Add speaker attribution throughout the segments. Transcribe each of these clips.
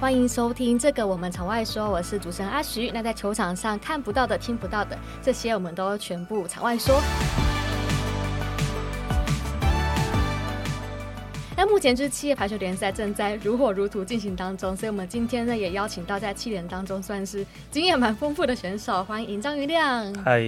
Speaker 1: 欢迎收听这个我们场外说，我是主持人阿徐。那在球场上看不到的、听不到的，这些我们都全部场外说。那目前这七月排球联赛正在如火如荼进行当中，所以我们今天呢也邀请到在七连当中算是经验蛮丰富的选手，欢迎张瑜亮。
Speaker 2: 嗨，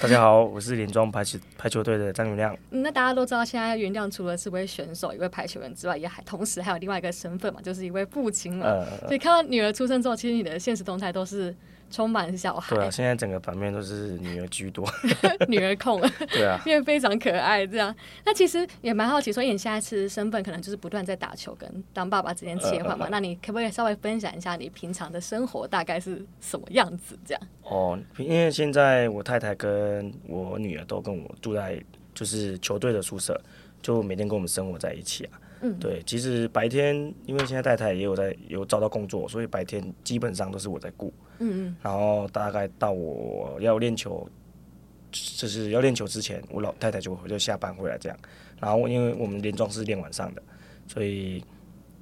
Speaker 2: 大家好，我是连庄排球排球队的张云亮。
Speaker 1: 嗯那大家都知道，现在云亮除了是位选手、一位排球员之外，也还同时还有另外一个身份嘛，就是一位父亲了。
Speaker 2: 呃，
Speaker 1: 所以看到女儿出生之后，其实你的现实动态都是充满小孩、
Speaker 2: 对啊，现在整个版面都是女儿居多。
Speaker 1: 女儿控，
Speaker 2: 对啊，
Speaker 1: 因为非常可爱这样。那其实也蛮好奇，说因为哎你现在是身份可能就是不断在打球跟当爸爸之间切
Speaker 2: 呃
Speaker 1: 换嘛，那你可不可以稍微分享一下你平常的生活大概是什么样子这样？
Speaker 2: 哦，因为现在我太太跟我女儿都跟我住在就是球队的宿舍，就每天跟我们生活在一起啊。
Speaker 1: 嗯
Speaker 2: 对，其实白天因为现在太太也有在有找到工作，所以白天基本上都是我在顾。
Speaker 1: 嗯嗯
Speaker 2: 然后大概到我要练球，就是要练球之前，我老太太就会就下班回来这样。然后因为我们连庄是练晚上的，所以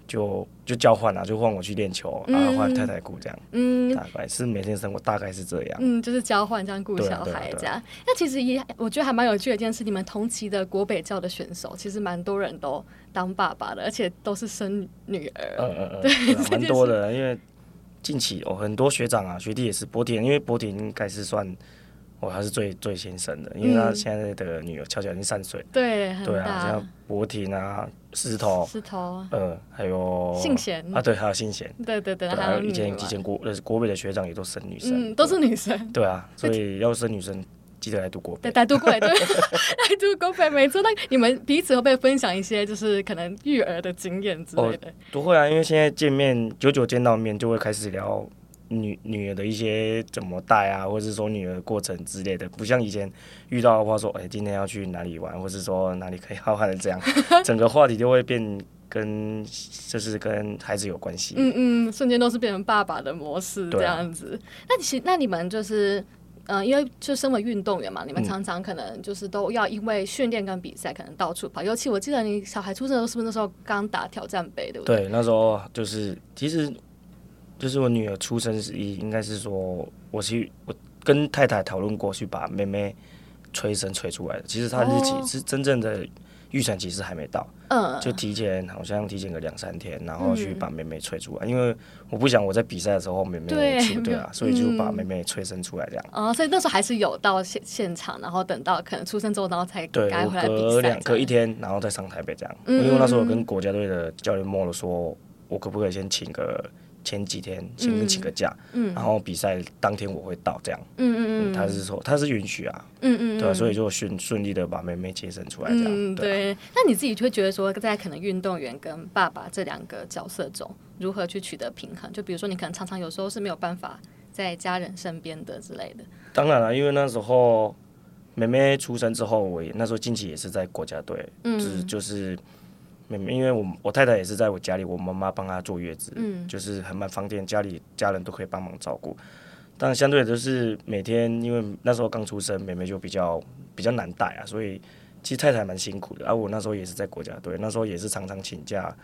Speaker 2: 就就交换啊，就换我去练球，然后换太太顾这样。
Speaker 1: 嗯
Speaker 2: 大概是每天生活大概是这样。
Speaker 1: 嗯，就是交换这样顾
Speaker 2: 对啊
Speaker 1: 小
Speaker 2: 对啊
Speaker 1: 孩
Speaker 2: 对啊
Speaker 1: 这样。那其实也我觉得还蛮有趣的一件事，你们同期的国北教的选手，其实蛮多人都当爸爸的，而且都是生女 儿。
Speaker 2: 嗯嗯嗯，对啊蛮多的，因为近期哦，很多学长啊、学弟也是博田，因为博田应该是算哦，他是最最先生的，因为他
Speaker 1: 嗯
Speaker 2: 现在的女儿悄悄已经三岁了，
Speaker 1: 对，很
Speaker 2: 对啊，
Speaker 1: 大
Speaker 2: 像。博田啊、石头，
Speaker 1: 石头，
Speaker 2: 呃，还有
Speaker 1: 信贤
Speaker 2: 啊，对，还有信贤，
Speaker 1: 对对对，
Speaker 2: 对，
Speaker 1: 还
Speaker 2: 还
Speaker 1: 有
Speaker 2: 有以
Speaker 1: 女
Speaker 2: 前
Speaker 1: 儿
Speaker 2: 以
Speaker 1: 嘛，
Speaker 2: 前国呃国北的学长也都生女生，
Speaker 1: 嗯，都是女生。
Speaker 2: 对啊，所以要生女生记得来读国
Speaker 1: 对，
Speaker 2: 北。
Speaker 1: 带度过 来，对，带度过来，没错。那你们彼此会不会分享一些就是可能育儿的经验之类的？
Speaker 2: 不会啊，因为现在见面久久见到面就会开始聊女女儿的一些怎么带啊，或者是说女儿的过程之类的，不像以前遇到的话说，哎、今天要去哪里玩，或是说哪里可以好好 的这样，整个话题就会变跟就是跟孩子有关系。
Speaker 1: 嗯嗯，瞬间都是变成爸爸的模式这
Speaker 2: 对啊
Speaker 1: 样子。那其实那你们就是。嗯，因为就身为运动员嘛，你们
Speaker 2: 嗯
Speaker 1: 常常可能就是都要因为训练跟比赛，可能到处跑。尤其我记得你小孩出生的时候，是不是那时候刚打挑战杯，对不对？
Speaker 2: 对，那时候就是其实就是我女儿出生时，应该是说我去我跟太太讨论过去把妹妹催生催出来的。其实她的日期
Speaker 1: 哦
Speaker 2: 是真正的预产期是还没到，
Speaker 1: 嗯，
Speaker 2: 就提前好像提前个两三天，然后去把妹妹催出来，因为我不想我在比赛的时候妹妹
Speaker 1: 对
Speaker 2: 出对
Speaker 1: 没
Speaker 2: 啊
Speaker 1: 有，
Speaker 2: 所以就把
Speaker 1: 嗯
Speaker 2: 妹妹催生出来这样。
Speaker 1: 哦，所以那时候还是有到现现场，然后等到可能出生之后，然后才
Speaker 2: 对，
Speaker 1: 该
Speaker 2: 我
Speaker 1: 回来比赛这
Speaker 2: 隔
Speaker 1: 样。
Speaker 2: 两隔一天，然后再上台北这样。
Speaker 1: 嗯
Speaker 2: 因为那时候我
Speaker 1: 嗯
Speaker 2: 跟
Speaker 1: 嗯
Speaker 2: 国家队的教练摸了说，我可不可以先请个前几天，先请个假，
Speaker 1: 嗯
Speaker 2: 然后比赛当天我会到这样。
Speaker 1: 嗯嗯嗯，
Speaker 2: 他是说他是允许啊，
Speaker 1: 嗯嗯，
Speaker 2: 对啊、
Speaker 1: 嗯
Speaker 2: 所以就顺顺利的把妹妹接生出来这样。
Speaker 1: 嗯，
Speaker 2: 对啊、
Speaker 1: 对。那你自己就会觉得说，在可能运动员跟爸爸这两个角色中，如何去取得平衡？就比如说，你可能常常有时候是没有办法在家人身边的之类的。
Speaker 2: 当然了，因为那时候妹妹出生之后，我也那时候近期也是在国家队，就是
Speaker 1: 嗯
Speaker 2: 就是妹妹，因为我我太太也是在我家里，我妈妈帮她坐月子，
Speaker 1: 嗯
Speaker 2: 就是很蛮方便，家里家人都可以帮忙照顾。但相对的就是每天，因为那时候刚出生，妹妹就比较比较难带啊，所以其实太太蛮辛苦的。啊，我那时候也是在国家队，那时候也是常常请假，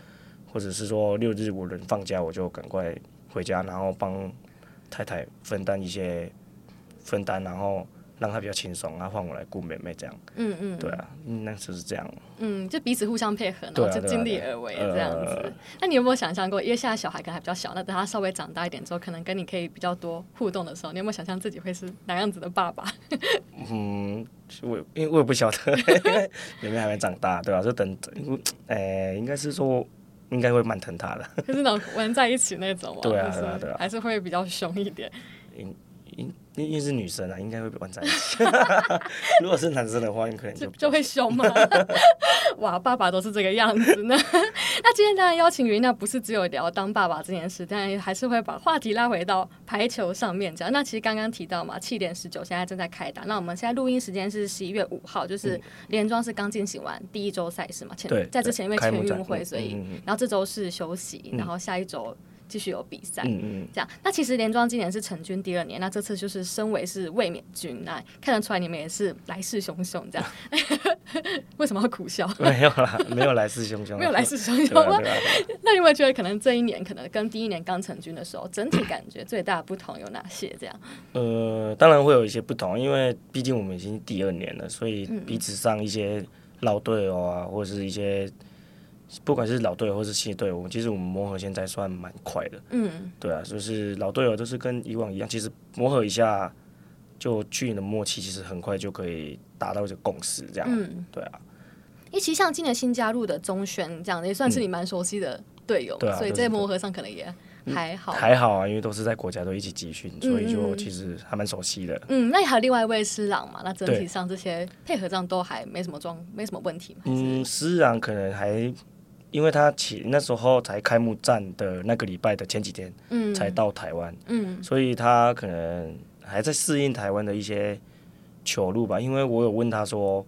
Speaker 2: 或者是说六日我能放假，我就赶快回家，然后帮太太分担一些分担，然后让她比较轻松，然后换我来顾妹妹这样。
Speaker 1: 嗯嗯，
Speaker 2: 对啊，嗯那就是这样。
Speaker 1: 嗯，就彼此互相配合，然
Speaker 2: 对
Speaker 1: 后
Speaker 2: 啊
Speaker 1: 就
Speaker 2: 对啊
Speaker 1: 尽力
Speaker 2: 对啊
Speaker 1: 而为
Speaker 2: 呃
Speaker 1: 这样子。那你有没有想象过，因为现在小孩可能还比较小，那等他稍微长大一点之后，可能跟你可以比较多互动的时候，你有没有想象自己会是哪样子的爸 爸？
Speaker 2: 嗯，我因为我也不晓 得，妹妹还没长大，对吧、就等，哎、应该是说应该会蛮疼她的，
Speaker 1: 就是那种玩在一起那种吗？
Speaker 2: 对啊
Speaker 1: 就是
Speaker 2: 对啊对啊
Speaker 1: 还是会比较凶一点。
Speaker 2: 因因为是女生啊，应该会玩在一起。 如果是男生的话，可能就
Speaker 1: 就
Speaker 2: 比较
Speaker 1: 就会凶 嘛。哇，爸爸都是这个样子呢。 那今天当然邀请云娜，不是只有聊当爸爸这件事，当然还是会把话题拉回到排球上面讲。那其实刚刚提到嘛，七点十九现在正在开打。那我们现在录音时间是十一月五号，就是连庄是刚进行完第一周赛事嘛，前
Speaker 2: 嗯对
Speaker 1: 在之前因为
Speaker 2: 对
Speaker 1: 全
Speaker 2: 开幕
Speaker 1: 运
Speaker 2: 战
Speaker 1: 会，
Speaker 2: 嗯
Speaker 1: 所以
Speaker 2: 嗯嗯
Speaker 1: 然后这周是休息，然后下一周。继续有比赛。
Speaker 2: 嗯嗯，
Speaker 1: 这样，那其实联庄今年是成军第二年，那这次就是身为是卫冕军，那看得出来你们也是来势汹汹这样。 为什么要苦笑？
Speaker 2: 没有啦，没有来势汹汹，
Speaker 1: 没有来势汹
Speaker 2: 对吧，啊
Speaker 1: 汹吗？
Speaker 2: 对吧？
Speaker 1: 那你有没有觉得可能这一年可能跟第一年刚成军的时候，整体感觉最大的不同有哪些？这样，
Speaker 2: 呃，当然会有一些不同，因为毕竟我们已经第二年了，所以
Speaker 1: 嗯
Speaker 2: 彼此上一些老队友啊，或者是一些不管是老队友或是新队友，其实我们磨合现在算蛮快的。
Speaker 1: 嗯
Speaker 2: 对啊，就是老队友都是跟以往一样，其实磨合一下，就去年的默契，其实很快就可以达到一个共识，这样。
Speaker 1: 嗯，
Speaker 2: 对啊，
Speaker 1: 因为其实像今年新加入的中轩这样，也算是你蛮熟悉的队友，
Speaker 2: 对啊
Speaker 1: 所以
Speaker 2: 都是
Speaker 1: 在磨合上可能也还好。
Speaker 2: 还好啊，因为都是在国家队一起集训，所以
Speaker 1: 嗯嗯
Speaker 2: 就
Speaker 1: 嗯
Speaker 2: 其实还蛮熟悉的。
Speaker 1: 嗯，那还有另外一位施朗嘛？那整体
Speaker 2: 对
Speaker 1: 上这些配合上都还没什么状，没什么问题嘛？还是
Speaker 2: 嗯，施然可能还，因为他起那时候才开幕战的那个礼拜的前几天
Speaker 1: 嗯
Speaker 2: 才到台湾，
Speaker 1: 嗯
Speaker 2: 所以他可能还在适应台湾的一些球路吧。因为我有问他说，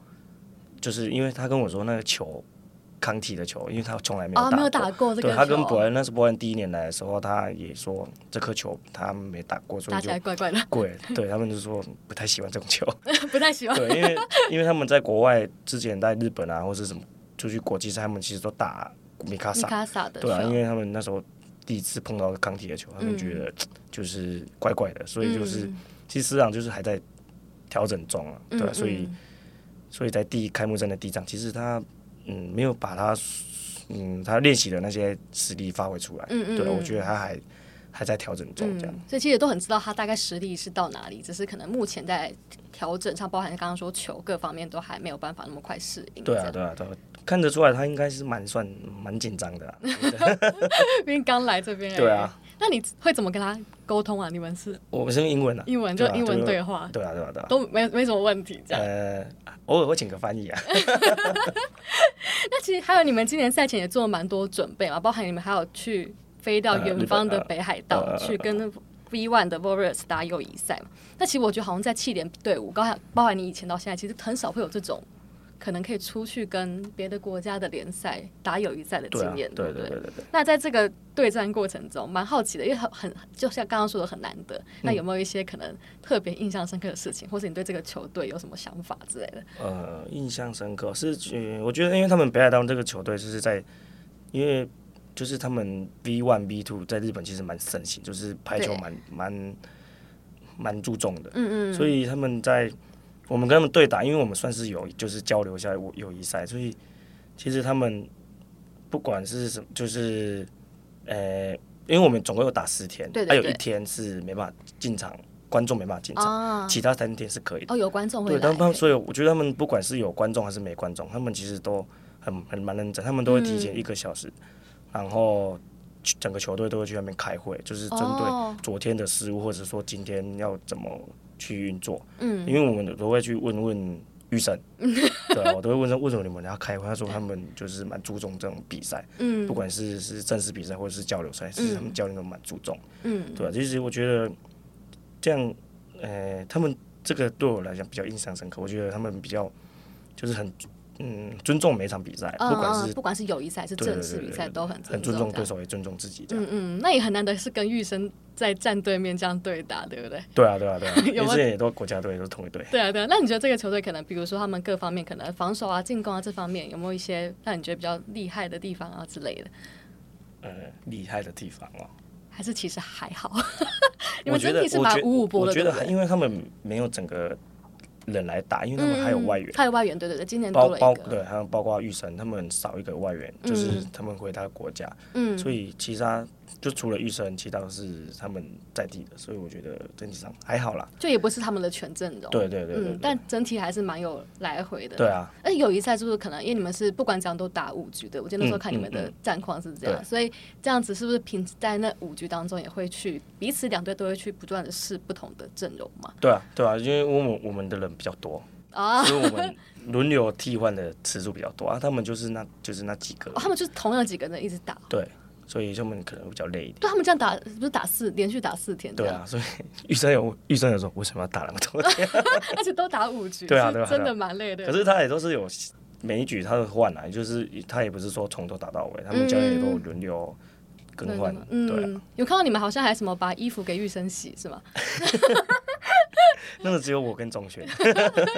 Speaker 2: 就是因为他跟我说那个球，康体的球，因为他从来没有打
Speaker 1: 啊，
Speaker 2: 过。
Speaker 1: 没有打过这个
Speaker 2: 对
Speaker 1: 球，哦
Speaker 2: 他跟伯恩，那是伯恩第一年来的时候，他也说这颗球他没打过，所
Speaker 1: 打
Speaker 2: 以
Speaker 1: 起
Speaker 2: 就
Speaker 1: 来怪怪的，
Speaker 2: 贵。对他们就说不太喜欢这种球，
Speaker 1: 不太喜欢。
Speaker 2: 对，因为因为他们在国外之前在日本啊，或是什么出去国际赛，他们其实都打米卡
Speaker 1: 米
Speaker 2: 萨，
Speaker 1: 卡萨的球，
Speaker 2: 对啊，因为他们那时候第一次碰到康体的球，他们觉得就是怪怪的，所以就是、
Speaker 1: 嗯
Speaker 2: 其实市场就是还在调整中啊，对啊，
Speaker 1: 嗯
Speaker 2: 所以
Speaker 1: 嗯
Speaker 2: 所以在第一开幕战的第一仗，其实他嗯没有把他嗯他练习的那些实力发挥出来，
Speaker 1: 嗯嗯
Speaker 2: 对啊、
Speaker 1: 嗯
Speaker 2: 我觉得他还还在调整中这样。
Speaker 1: 嗯，所以其实也都很知道他大概实力是到哪里，只是可能目前在调整上，包含刚刚说球各方面都还没有办法那么快适应。
Speaker 2: 对
Speaker 1: 这
Speaker 2: 啊，
Speaker 1: 样
Speaker 2: 对啊，对啊，看得出来他应该是蛮算蛮紧张的、啊。
Speaker 1: 因为刚来这边而已。
Speaker 2: 对啊，
Speaker 1: 那你会怎么跟他沟通啊？你们是
Speaker 2: 我们是用英文啊，
Speaker 1: 英文就
Speaker 2: 对啊
Speaker 1: 英文
Speaker 2: 就
Speaker 1: 对话，
Speaker 2: 对啊，对啊，对啊。
Speaker 1: 都没没什么问题这样。
Speaker 2: 呃，偶尔会请个翻译啊。
Speaker 1: 那其实还有你们今年赛前也做了蛮多准备嘛，包含你们还有去飞到
Speaker 2: 呃
Speaker 1: 远
Speaker 2: 日
Speaker 1: 方
Speaker 2: 本
Speaker 1: 的
Speaker 2: 呃
Speaker 1: 北海道、
Speaker 2: 呃
Speaker 1: 去跟 V One 的 Warriors 打友谊赛嘛。那其实我觉得好像在气联队伍，包含包含你以前到现在，其实很少会有这种可能可以出去跟别的国家的联赛打友谊赛的经
Speaker 2: 对啊，
Speaker 1: 验
Speaker 2: 对，对
Speaker 1: 不
Speaker 2: 对对对。
Speaker 1: 那在这个对战过程中，蛮好奇的，因为很很就像刚刚说的很难得。那
Speaker 2: 嗯
Speaker 1: 有没有一些可能特别印象深刻的事情，或者你对这个球队有什么想法之类的？
Speaker 2: 呃，印象深刻是，呃，我觉得因为他们北海道这个球队就是在，因为就是他们 V One V Two 在日本其实蛮盛行，就是排球
Speaker 1: 对
Speaker 2: 蛮蛮蛮注重的，
Speaker 1: 嗯嗯，
Speaker 2: 所以他们在我们跟他们对打，因为我们算是有就是交流一下友谊赛，所以其实他们不管是什么，就是呃，因为我们总共有打四天，
Speaker 1: 对对
Speaker 2: 还有
Speaker 1: 对
Speaker 2: 一天是没办法进场，观众没办法进场，
Speaker 1: 啊，
Speaker 2: 其他三天是可以的。
Speaker 1: 哦，有观众会
Speaker 2: 对，
Speaker 1: 来，
Speaker 2: 但他们所以我觉得他们不管是有观众还是没观众，他们其实都很很蛮认真，他们都会提
Speaker 1: 嗯
Speaker 2: 前一个小时，然后去整个球队都会去那边开会，就是针对
Speaker 1: 哦、
Speaker 2: 昨天的失误，或者说今天要怎么去运作。
Speaker 1: 嗯，
Speaker 2: 因为我们都会去问问 预审，对啊，我都会问说为什么你们要开会？他说他们就是蛮注重这种比赛，
Speaker 1: 嗯，
Speaker 2: 不管是是正式比赛或者是交流赛，其实他们教练都蛮注重。
Speaker 1: 嗯
Speaker 2: 对啊，其实我觉得这样，呃，他们这个对我来讲比较印象深刻。我觉得他们比较就是很嗯尊重每一场比赛，
Speaker 1: 嗯
Speaker 2: 不管
Speaker 1: 嗯
Speaker 2: 是
Speaker 1: 不管是友谊赛是
Speaker 2: 对对
Speaker 1: 正式
Speaker 2: 对
Speaker 1: 比
Speaker 2: 对
Speaker 1: 赛，
Speaker 2: 对
Speaker 1: 都很
Speaker 2: 很尊重
Speaker 1: 这
Speaker 2: 对
Speaker 1: 样。
Speaker 2: 手，也尊重自己这样。
Speaker 1: 嗯嗯，那也很难得是跟玉生在站对面这样对打，对不对？
Speaker 2: 对啊，对啊，对啊，因
Speaker 1: 有
Speaker 2: 为
Speaker 1: 吗
Speaker 2: 之前也都国家队都是同一队。
Speaker 1: 对啊对啊。那你觉得这个球队可能，比如说他们各方面可能防守啊、进攻啊这方面，有没有一些让你觉得比较厉害的地方啊之类的？
Speaker 2: 呃，厉害的地方哦，
Speaker 1: 还是其实还好？ 你
Speaker 2: 我
Speaker 1: 们
Speaker 2: 觉
Speaker 1: 整
Speaker 2: 得
Speaker 1: 体是
Speaker 2: 我
Speaker 1: 蛮
Speaker 2: 觉
Speaker 1: 五五波
Speaker 2: 我
Speaker 1: 的，
Speaker 2: 觉
Speaker 1: 对
Speaker 2: 得
Speaker 1: 不
Speaker 2: 还
Speaker 1: 对？
Speaker 2: 因为他们没有整个人来打，因为他们还有外援，
Speaker 1: 还有外援，对嗯对对，今年
Speaker 2: 包
Speaker 1: 多了
Speaker 2: 包
Speaker 1: 一个，
Speaker 2: 对，还有包括玉神，他们少一个外援，就是
Speaker 1: 嗯
Speaker 2: 他们回他的国家。
Speaker 1: 嗯，
Speaker 2: 所以其他就除了玉生，其他都是他们在地的，所以我觉得整体上还好啦。
Speaker 1: 就也不是他们的全阵容，
Speaker 2: 对对对对
Speaker 1: 嗯，但整体还是蛮有来回的，
Speaker 2: 对啊，
Speaker 1: 而哎且友谊赛是不是可能因为你们是不管怎样都打五局的？我记得那时候看你们
Speaker 2: 嗯嗯
Speaker 1: 的
Speaker 2: 嗯
Speaker 1: 战况是这样，
Speaker 2: 对
Speaker 1: 所以这样子是不是平在那五局当中也会去彼此两队都会去不断的试不同的阵容嘛？
Speaker 2: 对啊，对啊，因为我们我们的人比较多，
Speaker 1: 啊，
Speaker 2: 所以我们轮流替换的次数比较多啊。他们就是那就是那几个
Speaker 1: 哦，他们就是同样几个人一直打，
Speaker 2: 对，所以他们可能会比较累一点。
Speaker 1: 对他们这样打不是打四连续打四天这
Speaker 2: 对
Speaker 1: 样，
Speaker 2: 啊，所以玉生有玉生有时候为什么要打那么多天？
Speaker 1: 而且都打五局，
Speaker 2: 对啊
Speaker 1: 是
Speaker 2: 对啊
Speaker 1: 真
Speaker 2: 对
Speaker 1: 的
Speaker 2: 啊
Speaker 1: 蛮累的。
Speaker 2: 可是他也都是有每一局他都换啊，就是他也不是说从头打到尾，他们教练也都有轮流更换，对、啊，
Speaker 1: 嗯，有看到你们好像还什么把衣服给玉生洗是吗？
Speaker 2: 那个只有我跟钟轩，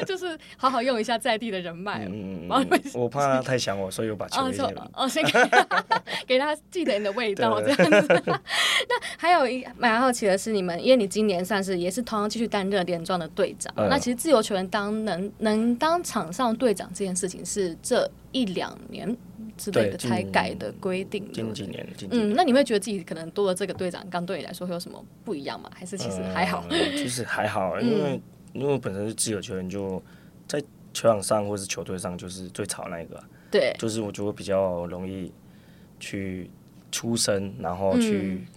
Speaker 1: 就是好好用一下在地的人脉。哦
Speaker 2: 嗯嗯
Speaker 1: 帮
Speaker 2: 嗯
Speaker 1: 你
Speaker 2: 嗯，我怕他太想我，所以我把球
Speaker 1: 哦，
Speaker 2: 给
Speaker 1: 说
Speaker 2: 你了。
Speaker 1: 哦，先给 他给他记得你的味道这
Speaker 2: 对
Speaker 1: 样子。 那还有一蛮好奇的是，你们因为你今年算是也是同样继续担任连庄的队长，
Speaker 2: 嗯
Speaker 1: 那其实自由球员当能能当场上队长这件事情是这一两年之类的
Speaker 2: 对近
Speaker 1: 才改的规定，对不对
Speaker 2: 近几年，近几年，
Speaker 1: 嗯，那你会觉得自己可能多了这个队长岗，对你来说会有什么不一样吗？还是其实还好？嗯
Speaker 2: 嗯其实还好，因为、因为我本身是自由球员，就在球场上或是球队上就是最吵那一个啊、
Speaker 1: 对，
Speaker 2: 就是我觉得比较容易去出声，然后去、
Speaker 1: 嗯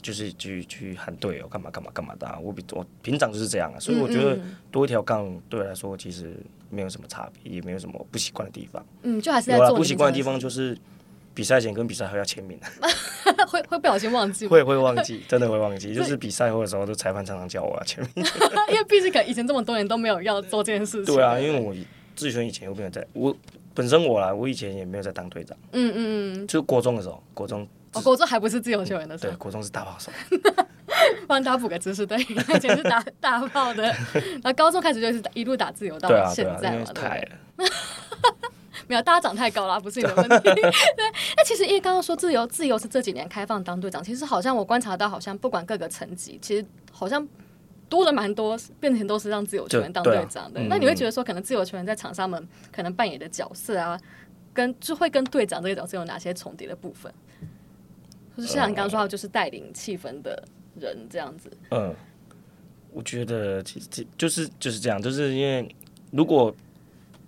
Speaker 2: 就是去去喊队友干嘛干嘛干嘛的啊、我比我平常就是这样啊，所以我觉得
Speaker 1: 嗯嗯
Speaker 2: 多一条杠对我来说其实没有什么差别，也没有什么不习惯的地方。
Speaker 1: 嗯，就还是在
Speaker 2: 有啦，
Speaker 1: 做
Speaker 2: 不
Speaker 1: 你
Speaker 2: 习
Speaker 1: 平
Speaker 2: 惯
Speaker 1: 常
Speaker 2: 的地方就是比赛前跟比赛后要签名，啊
Speaker 1: 事会会不小心忘记吗，
Speaker 2: 会会忘记，真的会忘记。就是比赛后的时候，都裁判常常叫我要啊签名。
Speaker 1: 因为毕竟可能以前这么多年都没有要做这件事情。
Speaker 2: 对啊，因为我志轩以前又没有在，我本身我啦，我以前也没有在当队长，
Speaker 1: 嗯嗯嗯，
Speaker 2: 就是国中的时候，国中
Speaker 1: 我哦国中还不是自由球员的时
Speaker 2: 对
Speaker 1: 候，
Speaker 2: 国中是大炮手，
Speaker 1: 帮大家补个知识，对， 以前是打大炮 的，然后高中开始就是打一路打自由到
Speaker 2: 对啊
Speaker 1: 现
Speaker 2: 对啊，
Speaker 1: 在
Speaker 2: 因为
Speaker 1: 嘛，对不
Speaker 2: 太
Speaker 1: 对没有，大家长太高啦，不是你的问题。对，那其实因为刚刚说自由，自由是这几年开放当队长，其实好像我观察到，好像不管各个层级，其实好像多了蛮多，变成都是让自由球员当队长的。
Speaker 2: 对对啊
Speaker 1: 那你
Speaker 2: 嗯
Speaker 1: 会
Speaker 2: 嗯
Speaker 1: 觉得说，可能自由球员在场上们可能扮演的角色啊，跟就会跟队长这个角色有哪些重叠的部分？就是像你刚刚说，他就是带领气氛的人这样子。
Speaker 2: 嗯，我觉得其实就是就是这样，就是因为如果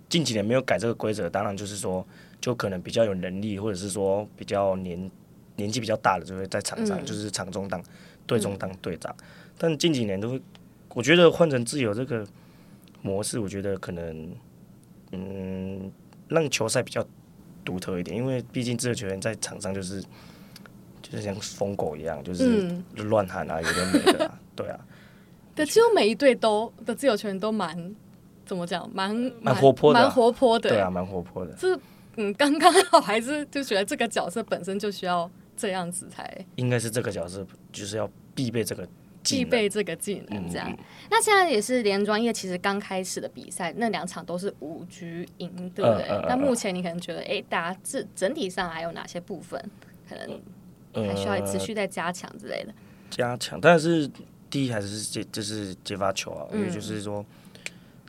Speaker 2: 近几年没有改这个规则，当然就是说，就可能比较有能力，或者是说比较年年纪比较大的，就会在场上、
Speaker 1: 嗯
Speaker 2: 就是场中当队中当队长。但近几年都会，我觉得换成自由这个模式，我觉得可能嗯，让球赛比较独特一点，因为毕竟自由球员在场上就是就是像疯狗一样，就是
Speaker 1: 嗯，
Speaker 2: 乱喊啊，有点没的啊，对啊。
Speaker 1: 对，几乎每一队都的自由球员都蛮怎么讲，蛮
Speaker 2: 蛮活泼的啊
Speaker 1: 蛮活泼的。
Speaker 2: 对啊，蛮活泼的。
Speaker 1: 是嗯，刚刚好还是就觉得这个角色本身就需要这样子才
Speaker 2: 应该是这个角色就是要必备这个技
Speaker 1: 具
Speaker 2: 能
Speaker 1: 备这个技
Speaker 2: 嗯
Speaker 1: 能这样。那现在也是连专业，其实刚开始的比赛那两场都是五局赢，对不对？
Speaker 2: 嗯嗯嗯
Speaker 1: 那
Speaker 2: 嗯
Speaker 1: 目前你可能觉得，哎，大家这整体上还有哪些部分可能还需要持续再加强之类的？
Speaker 2: 加强，但是第一还是接就是接发球啊，因为
Speaker 1: 嗯
Speaker 2: 就是说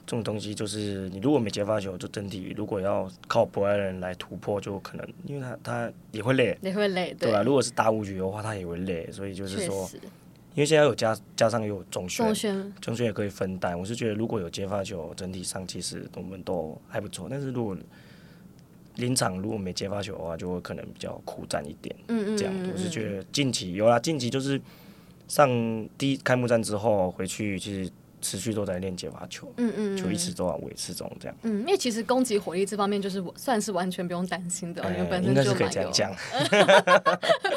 Speaker 2: 这种东西就是你如果没接发球，就整体如果要靠博爱人来突破，就可能因为他他也会累，
Speaker 1: 你会累，
Speaker 2: 对吧、如果是打五局的话，他也会累，所以就是
Speaker 1: 确
Speaker 2: 说，
Speaker 1: 实，
Speaker 2: 因为现在有加加上又有中选
Speaker 1: 中，轩
Speaker 2: 中选也可以分担。我是觉得如果有接发球，整体上其实我们都还不错。但是如果临场如果没接发球的话，就会可能比较苦战一点。
Speaker 1: 嗯嗯，
Speaker 2: 这样，
Speaker 1: 嗯
Speaker 2: 我是觉得近期有啦，近期就是上第一开幕战之后回去，其实持续都在练接发球，
Speaker 1: 嗯嗯，嗯
Speaker 2: 球一直都要维持中这样。
Speaker 1: 嗯，因为其实攻击火力这方面就是我算是完全不用担心的哦，你们
Speaker 2: 哎
Speaker 1: 本身
Speaker 2: 应该
Speaker 1: 就是
Speaker 2: 可以
Speaker 1: 蛮
Speaker 2: 这
Speaker 1: 有
Speaker 2: 样。讲，